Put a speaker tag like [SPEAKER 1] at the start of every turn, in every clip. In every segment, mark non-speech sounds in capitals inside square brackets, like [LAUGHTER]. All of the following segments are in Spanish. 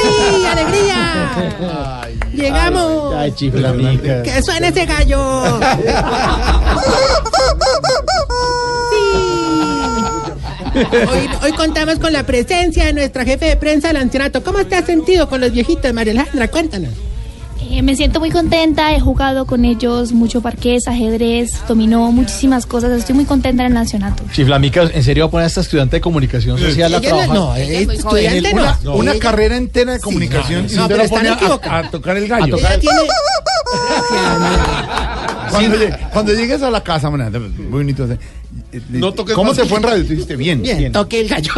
[SPEAKER 1] ¡Sí, alegría! ¡Llegamos!
[SPEAKER 2] Ay, chiflamicas.
[SPEAKER 1] ¡Que suene ese gallo! ¡Sí! Hoy, hoy contamos con la presencia de nuestra jefe de prensa del ancianato. ¿Cómo te has sentido con los viejitos, María Alejandra? Cuéntanos.
[SPEAKER 3] Eh, me siento muy contenta, he jugado con ellos mucho parqués, ajedrez, dominó, muchísimas cosas. Estoy muy contenta en el nacionato.
[SPEAKER 2] Chiflamicas, ¿en serio va a poner a esta estudiante de comunicación social a
[SPEAKER 1] Ella no,
[SPEAKER 2] trabajar?
[SPEAKER 1] no, eh, estudiante no.
[SPEAKER 4] Una, una
[SPEAKER 1] Ella-
[SPEAKER 4] carrera entera de comunicación
[SPEAKER 1] no,
[SPEAKER 4] y
[SPEAKER 1] no,
[SPEAKER 4] usted
[SPEAKER 1] pero
[SPEAKER 4] lo pone
[SPEAKER 1] están
[SPEAKER 4] a,
[SPEAKER 1] equivocados.
[SPEAKER 4] a tocar el gallo.
[SPEAKER 1] ella tiene...
[SPEAKER 4] Cuando, llegue- cuando llegues a la casa, maná, muy bonito. eh, eh, ¿Cómo te fue en radio? Tú dijiste bien.
[SPEAKER 1] Bien, toque
[SPEAKER 4] [LAUGHS]
[SPEAKER 1] el gallo.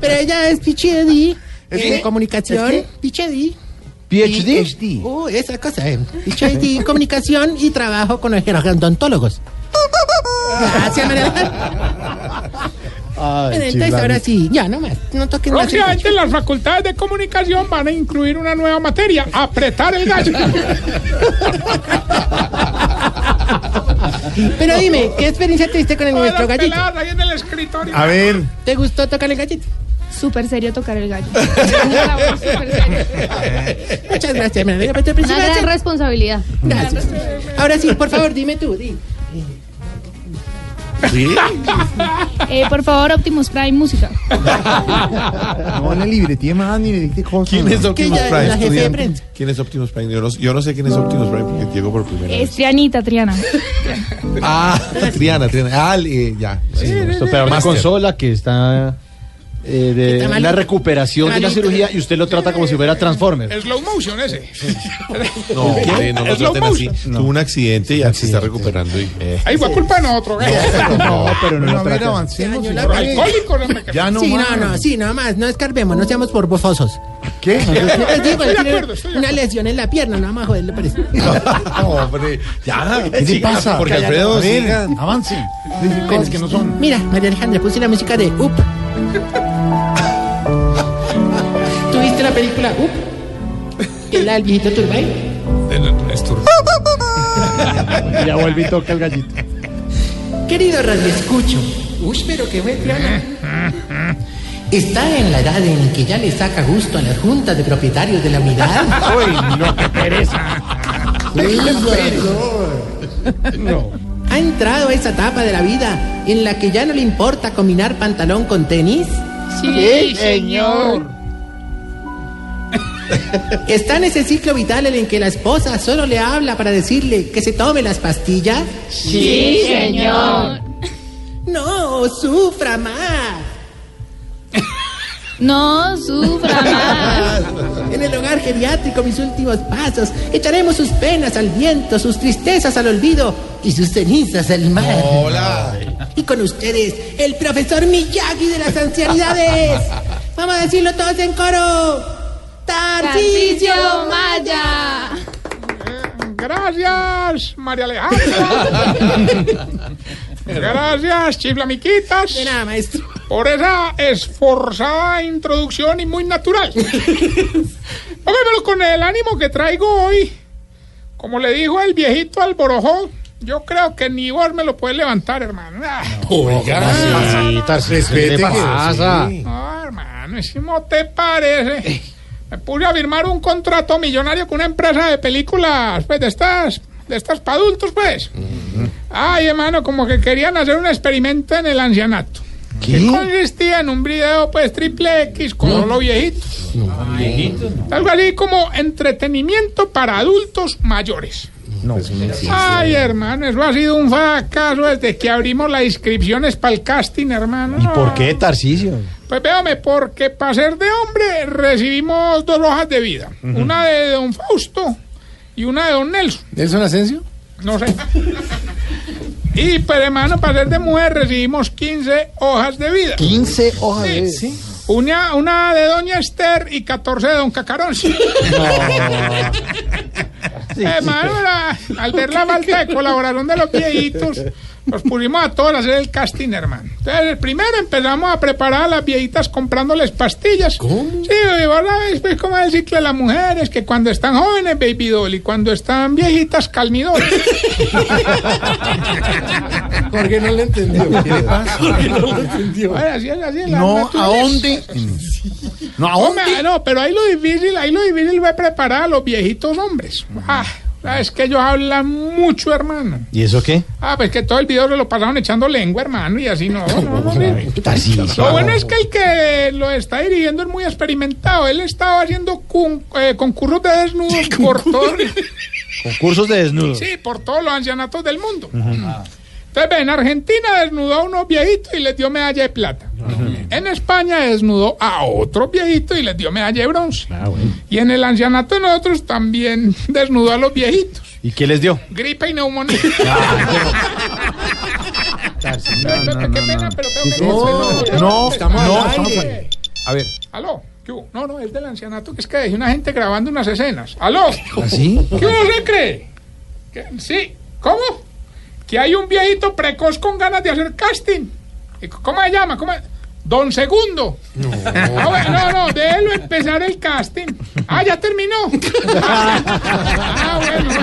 [SPEAKER 1] Pero ella es Pichedi
[SPEAKER 4] ¿Es
[SPEAKER 1] en
[SPEAKER 4] qué?
[SPEAKER 1] comunicación.
[SPEAKER 4] ¿Es qué?
[SPEAKER 1] Pichedi.
[SPEAKER 2] PhD.
[SPEAKER 1] Uh, esa cosa, eh. Pichedi, [LAUGHS] comunicación y trabajo con los gerodontólogos. Gracias, María Alejandra.
[SPEAKER 2] Ay,
[SPEAKER 1] Bueno, entonces ahora
[SPEAKER 2] chiflamicas.
[SPEAKER 1] sí, ya nomás. No toques más. el gallo.
[SPEAKER 5] Próximamente las facultades de comunicación van a incluir una nueva materia, apretar
[SPEAKER 1] [LAUGHS]
[SPEAKER 5] el gallo.
[SPEAKER 1] Pero dime, ¿qué experiencia tuviste con el nuestro
[SPEAKER 5] Las
[SPEAKER 1] gallito?
[SPEAKER 5] peladas ahí en el escritorio.
[SPEAKER 4] A ver,
[SPEAKER 1] ¿Te gustó tocar el gallito?
[SPEAKER 3] Súper serio tocar el gallo. Una labor súper seria.
[SPEAKER 1] Muchas gracias, María Alejandra. Gracias.
[SPEAKER 6] responsabilidad.
[SPEAKER 1] Gracias. Ahora sí, por favor, dime tú. di.
[SPEAKER 3] Eh, por favor, Optimus Prime Música.
[SPEAKER 4] no le libretía más ni le diste cosas.
[SPEAKER 7] ¿Quién es Optimus
[SPEAKER 1] ya es
[SPEAKER 7] Prime?
[SPEAKER 1] la jefe de
[SPEAKER 7] Estudiante.
[SPEAKER 1] prensa.
[SPEAKER 7] ¿Quién es Optimus Prime? Yo no, yo no sé quién es Optimus Prime porque llego por primera
[SPEAKER 3] Es
[SPEAKER 7] vez.
[SPEAKER 3] Trianita, Triana.
[SPEAKER 7] Ah, Triana, Triana. Ah, eh, ya. Sí, no, esto-
[SPEAKER 2] Esto, Pero una
[SPEAKER 7] Master.
[SPEAKER 2] consola que está eh, de
[SPEAKER 1] Está malito.
[SPEAKER 2] la recuperación de la
[SPEAKER 1] Malito.
[SPEAKER 2] cirugía y usted lo trata como si fuera Transformer.
[SPEAKER 5] Slow motion ese. [LAUGHS]
[SPEAKER 7] No, hombre, no lo
[SPEAKER 5] Slow
[SPEAKER 7] traten así.
[SPEAKER 5] motion.
[SPEAKER 7] Tuvo un accidente y ya se está recuperando. Y, eh,
[SPEAKER 5] Ahí fue culpa de nosotros. ¿eh? gallo.
[SPEAKER 2] No, pero no
[SPEAKER 4] Bueno,
[SPEAKER 2] lo
[SPEAKER 4] a ver,
[SPEAKER 2] trata.
[SPEAKER 4] avancemos,
[SPEAKER 1] Ya, yo la
[SPEAKER 4] señor.
[SPEAKER 1] cagué.
[SPEAKER 5] Alcohólico, no me
[SPEAKER 4] Ya no
[SPEAKER 1] sí,
[SPEAKER 4] más.
[SPEAKER 1] no, no, sí, nada más, no escarbemos, no seamos borbofosos.
[SPEAKER 4] ¿Qué?
[SPEAKER 1] [LAUGHS] Les digo,
[SPEAKER 5] de
[SPEAKER 1] tiene
[SPEAKER 5] acuerdo, estoy de
[SPEAKER 1] una lesión en la pierna, no vamos a joderle por eso.
[SPEAKER 7] No, hombre. Ya,
[SPEAKER 4] ¿Qué te
[SPEAKER 7] siga,
[SPEAKER 4] pasa?
[SPEAKER 7] Porque
[SPEAKER 4] A
[SPEAKER 7] Alfredo.
[SPEAKER 4] ver,
[SPEAKER 7] siga.
[SPEAKER 4] avance. Dice cosas que no son.
[SPEAKER 1] Mira, María Alejandra, puse la música de Up. ¿Tuviste la película Up? Que era el viejito Turbay.
[SPEAKER 2] Y ya vuelve y toca el gallito.
[SPEAKER 1] Querido Radio Escucho, uy, pero qué buen programa. Está en la edad en que ya le saca gusto a la junta de propietarios de la unidad.
[SPEAKER 2] [LAUGHS] Uy, no, qué pereza.
[SPEAKER 1] ¿Ha entrado a esa etapa de la vida en la que ya no le importa combinar pantalón con tenis?
[SPEAKER 6] Sí, señor.
[SPEAKER 1] ¿Está en ese ciclo vital en el que la esposa solo le habla para decirle que se tome las pastillas?
[SPEAKER 6] Sí, señor.
[SPEAKER 1] No, sufra más.
[SPEAKER 3] No sufra
[SPEAKER 6] [LAUGHS]
[SPEAKER 3] más.
[SPEAKER 1] En el hogar geriátrico, mis últimos pasos, echaremos sus penas al viento, sus tristezas al olvido y sus cenizas al mar.
[SPEAKER 7] Hola.
[SPEAKER 1] Y con ustedes, el profesor Miyagi de las ancianidades. Vamos a decirlo todos en coro. Tarcisio.
[SPEAKER 3] Maya.
[SPEAKER 5] Gracias, María Alejandra. Gracias, chiflamiquitas,
[SPEAKER 1] De nada, maestro.
[SPEAKER 5] por esa esforzada introducción y muy natural. Vámonos con el ánimo que traigo hoy. Como le dijo el viejito Alborojón, yo creo que ni vos me lo puedes levantar, hermano. Ah.
[SPEAKER 2] Sí, Tarcisio, ¿qué le
[SPEAKER 4] Respete que-
[SPEAKER 2] pasa?
[SPEAKER 5] No, hermano, ¿y si no te parece? Me puse a firmar un contrato millonario con una empresa de películas, pues, de estas, de estas para adultos, pues. Ay, hermano, como que querían hacer un experimento en el ancianato. Que consistía en un video, pues, triple X con los viejitos. Algo así como entretenimiento para adultos mayores. Ay, hermano, eso ha sido un fracaso desde que abrimos las inscripciones para el casting, hermano.
[SPEAKER 2] ¿Y por qué Tarcisio?
[SPEAKER 5] Pues véame, porque para ser de hombre recibimos dos hojas de vida. Una de don Fausto y una de don Nelson.
[SPEAKER 4] ¿Nelson Asensio?
[SPEAKER 5] No sé. Y pues, hermano, para ser de mujer recibimos 15 hojas de vida.
[SPEAKER 7] 15 hojas de vida.
[SPEAKER 5] Una, una de Doña Esther y 14 de
[SPEAKER 7] [LAUGHS]
[SPEAKER 5] Don Cacarón. Hermano,
[SPEAKER 4] [LAUGHS]
[SPEAKER 5] la- al ver la falta de colaboración de los viejitos, nos pusimos a todos a hacer el casting, hermano. Entonces, primero empezamos a preparar a las viejitas comprándoles pastillas. ¿Cómo? Sí, y vos sabés, pues, cómo decirle a las mujeres que cuando están jóvenes, baby doll, y cuando están
[SPEAKER 4] [LAUGHS]
[SPEAKER 5] viejitas, calmidol.
[SPEAKER 2] Jorge no le entendió. ¿Qué le pasa? Jorge no le entendió.
[SPEAKER 5] Bueno, así es, así es, las
[SPEAKER 4] No, ¿a
[SPEAKER 5] naturales.
[SPEAKER 4] dónde? No, ¿a
[SPEAKER 5] Hombre,
[SPEAKER 4] dónde?
[SPEAKER 5] no, pero ahí lo difícil, ahí lo difícil fue preparar a los viejitos hombres. Ah, es que ellos hablan mucho, hermano.
[SPEAKER 7] ¿Y eso qué?
[SPEAKER 5] Ah, pues que todo el video se lo pasaron echando lengua, hermano, y así no. no, no, hombre. Lo bueno es que el que lo está dirigiendo es muy experimentado. Él estaba haciendo cun- eh, concursos de desnudos por todo,
[SPEAKER 7] Concursos de desnudos.
[SPEAKER 5] sí, por todos los ancianatos del mundo. Entonces, ve, en Argentina desnudó a unos viejitos y les dio medalla de plata. En España desnudó a otro viejito y les dio medalla de bronce.
[SPEAKER 7] Ah,
[SPEAKER 5] Y en el ancianato de nosotros también [LAUGHS] desnudó a los viejitos.
[SPEAKER 7] ¿Y qué les dio?
[SPEAKER 5] Gripe y neumonía. Qué pena, pero tengo que-
[SPEAKER 4] No, no,
[SPEAKER 7] A ver.
[SPEAKER 5] Aló, ¿qué hubo? No, no, es del ancianato, que es que dejé una gente grabando unas escenas. Aló,
[SPEAKER 7] ¿Así?
[SPEAKER 5] ¿qué uno se cree? ¿Qué? Sí, ¿cómo? Que hay un viejito precoz con ganas de hacer casting. ¿Y c- ¿Cómo se llama? ¿Cómo? se- Don Segundo. Ah, bueno, No, no, déjelo empezar el casting. Ah, ya terminó. [LAUGHS] Ah, bueno.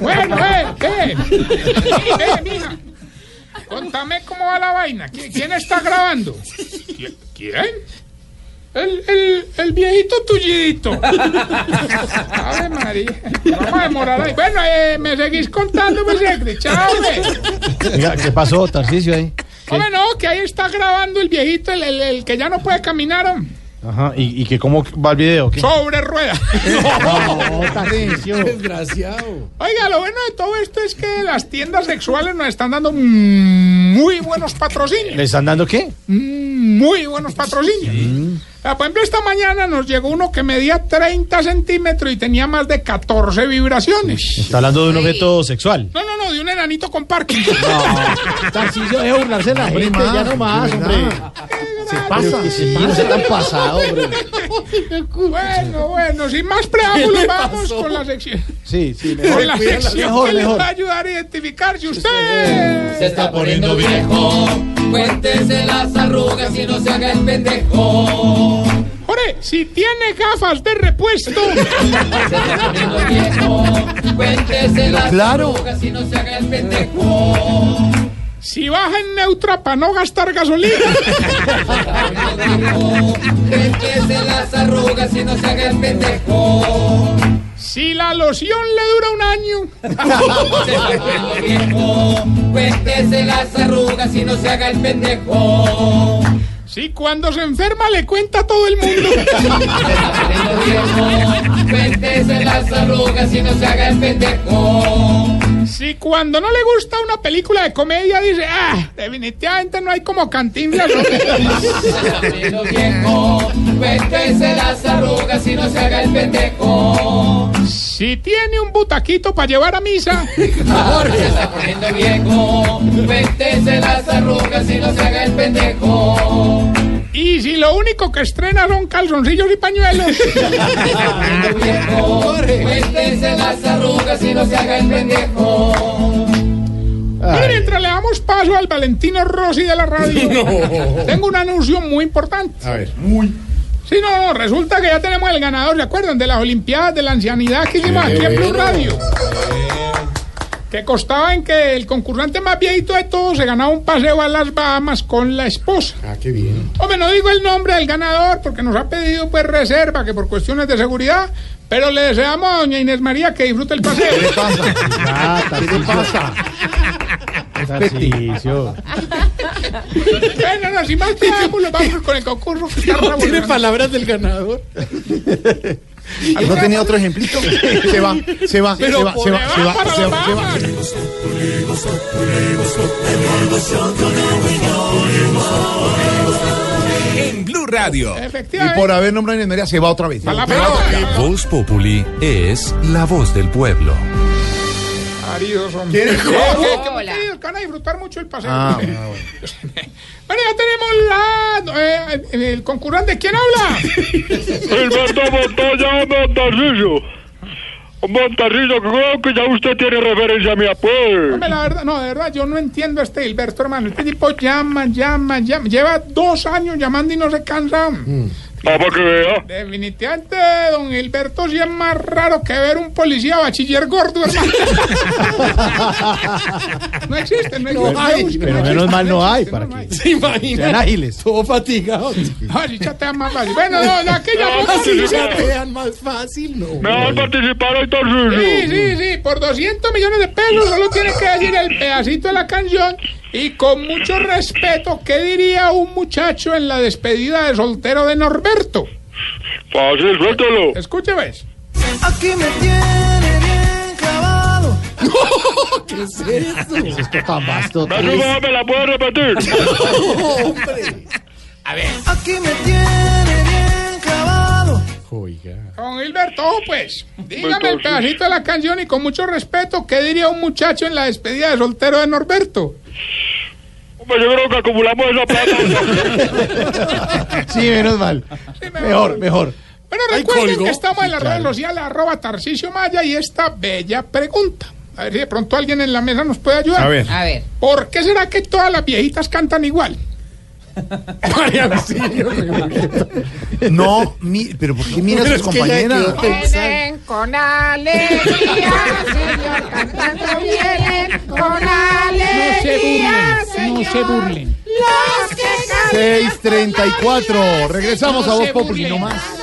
[SPEAKER 5] Bueno, eh, eh. Eh, mija. Contame cómo va la vaina. ¿Qui- ¿Quién está grabando? ¿Qui- ¿Quién? El, el, el viejito tullidito. Ave María. Vamos a demorar ahí. Bueno, eh, me seguís contando, me seguís. Chao, hombre.
[SPEAKER 7] Oiga, ¿Qué pasó, Tarcicio, ahí?
[SPEAKER 5] Hombre, no, que ahí está grabando el viejito, el, el- el que ya no puede caminar. hombre.
[SPEAKER 7] Ajá, ¿y, y que cómo va el video?
[SPEAKER 2] [LAUGHS]
[SPEAKER 7] ¿Qué?
[SPEAKER 5] Sobre ruedas.
[SPEAKER 2] Desgraciado.
[SPEAKER 5] Oiga, lo bueno de todo esto es que las tiendas sexuales nos están dando muy buenos patrocinios.
[SPEAKER 7] ¿Le están dando qué?
[SPEAKER 5] muy buenos patrocinios. Ah, Por ejemplo, esta mañana nos llegó uno que medía 30 centímetros y tenía más de 14 vibraciones.
[SPEAKER 7] Está hablando de un objeto sexual.
[SPEAKER 5] No, no, no, de un enanito con parking.
[SPEAKER 2] Tarcicio, deja burlarse de la gente. Ya no más, hombre. Se pasa. Sí, no se tan pasado, hombre.
[SPEAKER 5] bueno, bueno, sin más preámbulos, vamos con la sección.
[SPEAKER 7] Sí, sí.
[SPEAKER 5] Con la sección
[SPEAKER 7] mejor,
[SPEAKER 5] que les
[SPEAKER 7] mejor.
[SPEAKER 5] va a ayudar a identificar si usted.
[SPEAKER 1] Se está poniendo viejo. Cuéntese las arrugas y no se haga el pendejo.
[SPEAKER 5] Jorge, si tiene gafas
[SPEAKER 7] [LAUGHS]
[SPEAKER 5] de repuesto.
[SPEAKER 1] Cuéntese las
[SPEAKER 7] Claro.
[SPEAKER 1] arrugas y no se haga el pendejo.
[SPEAKER 5] Si baja en neutra para no gastar gasolina.
[SPEAKER 1] Cuéntese las arrugas y no se haga el pendejo.
[SPEAKER 5] Si la loción le dura un año.
[SPEAKER 1] Se está poniendo viejo. Cuéntese las arrugas y no se haga el pendejo.
[SPEAKER 5] Si cuando se enferma le cuenta a todo el mundo.
[SPEAKER 1] Poniendo viejo. Cuéntese las arrugas y no se haga el pendejo.
[SPEAKER 5] Si cuando no le gusta una película de comedia dice, ah, definitivamente no hay como Cantinflas.
[SPEAKER 1] Se está poniendo viejo. Cuéntese las arrugas y no se haga el pendejo.
[SPEAKER 5] si tiene un butaquito para llevar a misa.
[SPEAKER 1] Se está poniendo viejo. Cuéntese las arrugas y no se haga el pendejo.
[SPEAKER 5] Y si lo único que estrena son calzoncillos y pañuelos.
[SPEAKER 1] Viejo. Cuéntese las arrugas y no se haga el pendejo.
[SPEAKER 5] Mire, mientras le damos paso al Valentino Rossi de la radio,
[SPEAKER 2] [LAUGHS]
[SPEAKER 5] tengo un anuncio muy importante.
[SPEAKER 4] A ver. Muy.
[SPEAKER 5] Sí, no, no, resulta que ya tenemos el ganador, ¿se acuerdan? De las Olimpiadas de la Ancianidad que hicimos aquí en Blue Radio. Que constaba en que el concursante más viejito de todos se ganaba un paseo a las Bahamas con la esposa.
[SPEAKER 2] Ah, qué bien.
[SPEAKER 5] Hombre, no digo el nombre del ganador porque nos ha pedido pues reserva, que por cuestiones de seguridad, pero le deseamos a doña Inés María que disfrute el paseo.
[SPEAKER 2] [LAUGHS] Ah, Tarcicio. pasa? Tarcicio.
[SPEAKER 5] bueno, no, sin más preámbulos, vamos con el concurso. que está revolucionando.
[SPEAKER 2] palabras del ganador?
[SPEAKER 4] ¿No tenía otro ejemplito? Se va, se va, se va, se
[SPEAKER 5] Se
[SPEAKER 4] va, se
[SPEAKER 5] va para
[SPEAKER 4] va, se
[SPEAKER 5] las
[SPEAKER 4] va, se va.
[SPEAKER 5] Bahamas.
[SPEAKER 8] En Blue Radio.
[SPEAKER 4] Y
[SPEAKER 5] Efectivamente.
[SPEAKER 4] por haber nombrado a Inés María, se va otra vez.
[SPEAKER 5] Para la Bahamas.
[SPEAKER 8] Voz Populi es la voz del pueblo.
[SPEAKER 5] maridos, hombre.
[SPEAKER 2] ¿Quién?
[SPEAKER 5] Eh,
[SPEAKER 2] ¿Cómo?
[SPEAKER 5] eh, qué maridos, que van a disfrutar mucho el paseo. [LAUGHS]
[SPEAKER 2] Ah,
[SPEAKER 5] Eh,
[SPEAKER 2] bueno,
[SPEAKER 5] bueno, ya tenemos la, eh, eh, el concurrente. ¿Quién habla?
[SPEAKER 9] Silberto Montoya Montarrillo. Montarrillo, creo que ya usted tiene referencia mía, pues.
[SPEAKER 5] Hombre, la verdad, no, de verdad, yo no entiendo a este Hilberto, hermano. Este tipo llama, llama, llama. Lleva dos años llamando y no se cansa.
[SPEAKER 9] Ah, para que vea.
[SPEAKER 5] Definitivamente, don Hilberto sí es más raro que ver un policía bachiller gordo, hermano. no existe, no existe.
[SPEAKER 2] No hay,
[SPEAKER 5] Busque,
[SPEAKER 2] pero
[SPEAKER 5] no
[SPEAKER 2] menos
[SPEAKER 5] existe,
[SPEAKER 2] mal
[SPEAKER 5] no
[SPEAKER 2] no hay
[SPEAKER 5] existe,
[SPEAKER 2] para
[SPEAKER 5] no
[SPEAKER 2] que
[SPEAKER 5] hay. Ah,
[SPEAKER 2] se imaginen. Sean ágiles. Todo fatigado.
[SPEAKER 5] No, si chatean más fácil. Bueno, no, no, aquí llamó
[SPEAKER 2] Ah, si
[SPEAKER 5] Tarcisio.
[SPEAKER 2] chatean más fácil, no.
[SPEAKER 9] Me van a participar hoy, Tarrillo.
[SPEAKER 5] Sí, sí, sí, por 200 millones de pesos solo tiene que decir el pedacito de la canción y con mucho respeto, ¿qué diría un muchacho en la despedida de soltero de Norberto?
[SPEAKER 9] Fácil, suéltalo.
[SPEAKER 5] Escúchame.
[SPEAKER 10] Aquí me tiene bien clavado.
[SPEAKER 2] ¿Qué es esto? ¿Qué es esto tan vasto?
[SPEAKER 9] Me subo, me la puede repetir.
[SPEAKER 10] Aquí me tiene bien clavado.
[SPEAKER 5] Don Gilberto, pues, dígame el
[SPEAKER 10] Entonces.
[SPEAKER 5] pedacito de la canción y con mucho respeto, ¿qué diría un muchacho en la despedida de soltero de Norberto?
[SPEAKER 9] Hombre, yo creo que acumulamos esa plata.
[SPEAKER 2] Sí, menos mal. Mejor, mejor.
[SPEAKER 5] Bueno,
[SPEAKER 2] Ay,
[SPEAKER 5] recuerden
[SPEAKER 2] colgó.
[SPEAKER 5] que estamos en las
[SPEAKER 2] Sí, claro.
[SPEAKER 5] redes sociales, arroba Tarcisio Maya y esta bella pregunta. A ver si de pronto alguien en la mesa nos puede ayudar.
[SPEAKER 4] A ver.
[SPEAKER 11] A ver.
[SPEAKER 5] ¿Por qué será que todas las viejitas cantan igual?
[SPEAKER 2] María [LAUGHS] Auxilio.
[SPEAKER 4] No, mi- pero ¿por qué mira a
[SPEAKER 2] Pero
[SPEAKER 4] sus
[SPEAKER 2] es que ya
[SPEAKER 4] compañeras?
[SPEAKER 2] quedó pensando.
[SPEAKER 11] Vienen con alegría, señor, cantando vienen con alegría.
[SPEAKER 5] No se burlen,
[SPEAKER 11] señor.
[SPEAKER 5] no se burlen.
[SPEAKER 11] Los que cantan
[SPEAKER 4] 634. Regresamos a Voz Populi nomás.